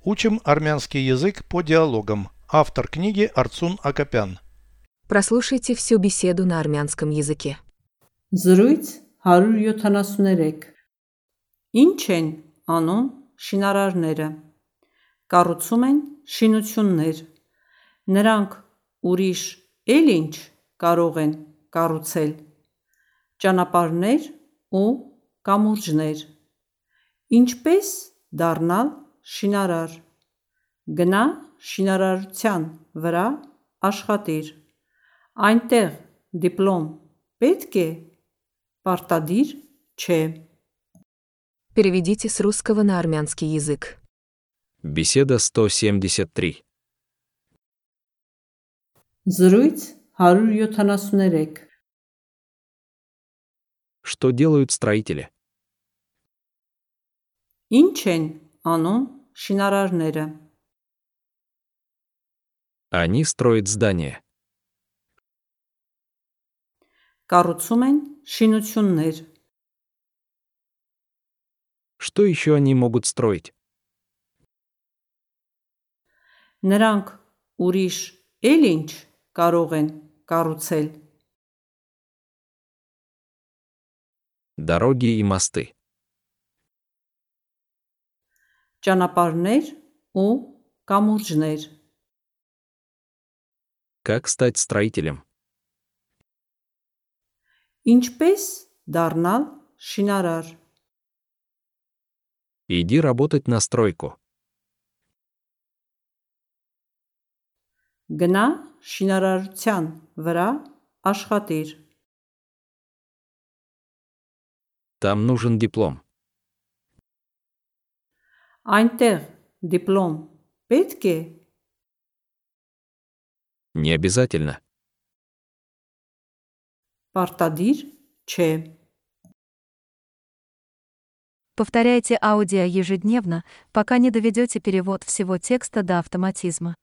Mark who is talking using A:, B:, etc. A: Учим армянский язык по диалогам. Автор книги Арцун Акопян.
B: Прослушайте всю беседу на армянском языке.
C: Զրույց 173 Ինչ են անում շինարարները։ Կառուցում են շինություններ։ Նրանք ուրիշ էլ ինչ կարող են կառուցել։ Ճանապարհներ ու կամուրջներ։ Ինչպես դառնալ շինարար։ Գնա շինարարության վրա աշխատիր։ Այնտեղ դիպլոմ պետք է Պարտադիր չէ։
B: Переведите с русского на армянский язык.
D: Беседа 173.
C: Զրույց 173
D: Что делают строители?
C: Ինչ են անում շինարարները։
D: Они строят здания.
C: Կառուցում են շինություններ։
D: Что еще они могут строить?
C: Նրանք ուրիշ էլ ինչ կարող են կառուցել։
D: Дороги и мосты.
C: Ճանապարհներ ու կամուրջներ։
D: Как стать строителем?
C: Ինչպես դառնալ շինարար։
D: Иди работать на стройку.
C: Գնա շինարարության վրա աշխատիր։
D: Там нужен диплом.
C: Այնտեղ դիպլոմ պետք է
D: Не обязательно.
C: Պարտադիր չէ։
E: Повторяйте аудио ежедневно, пока не доведете перевод всего текста до автоматизма.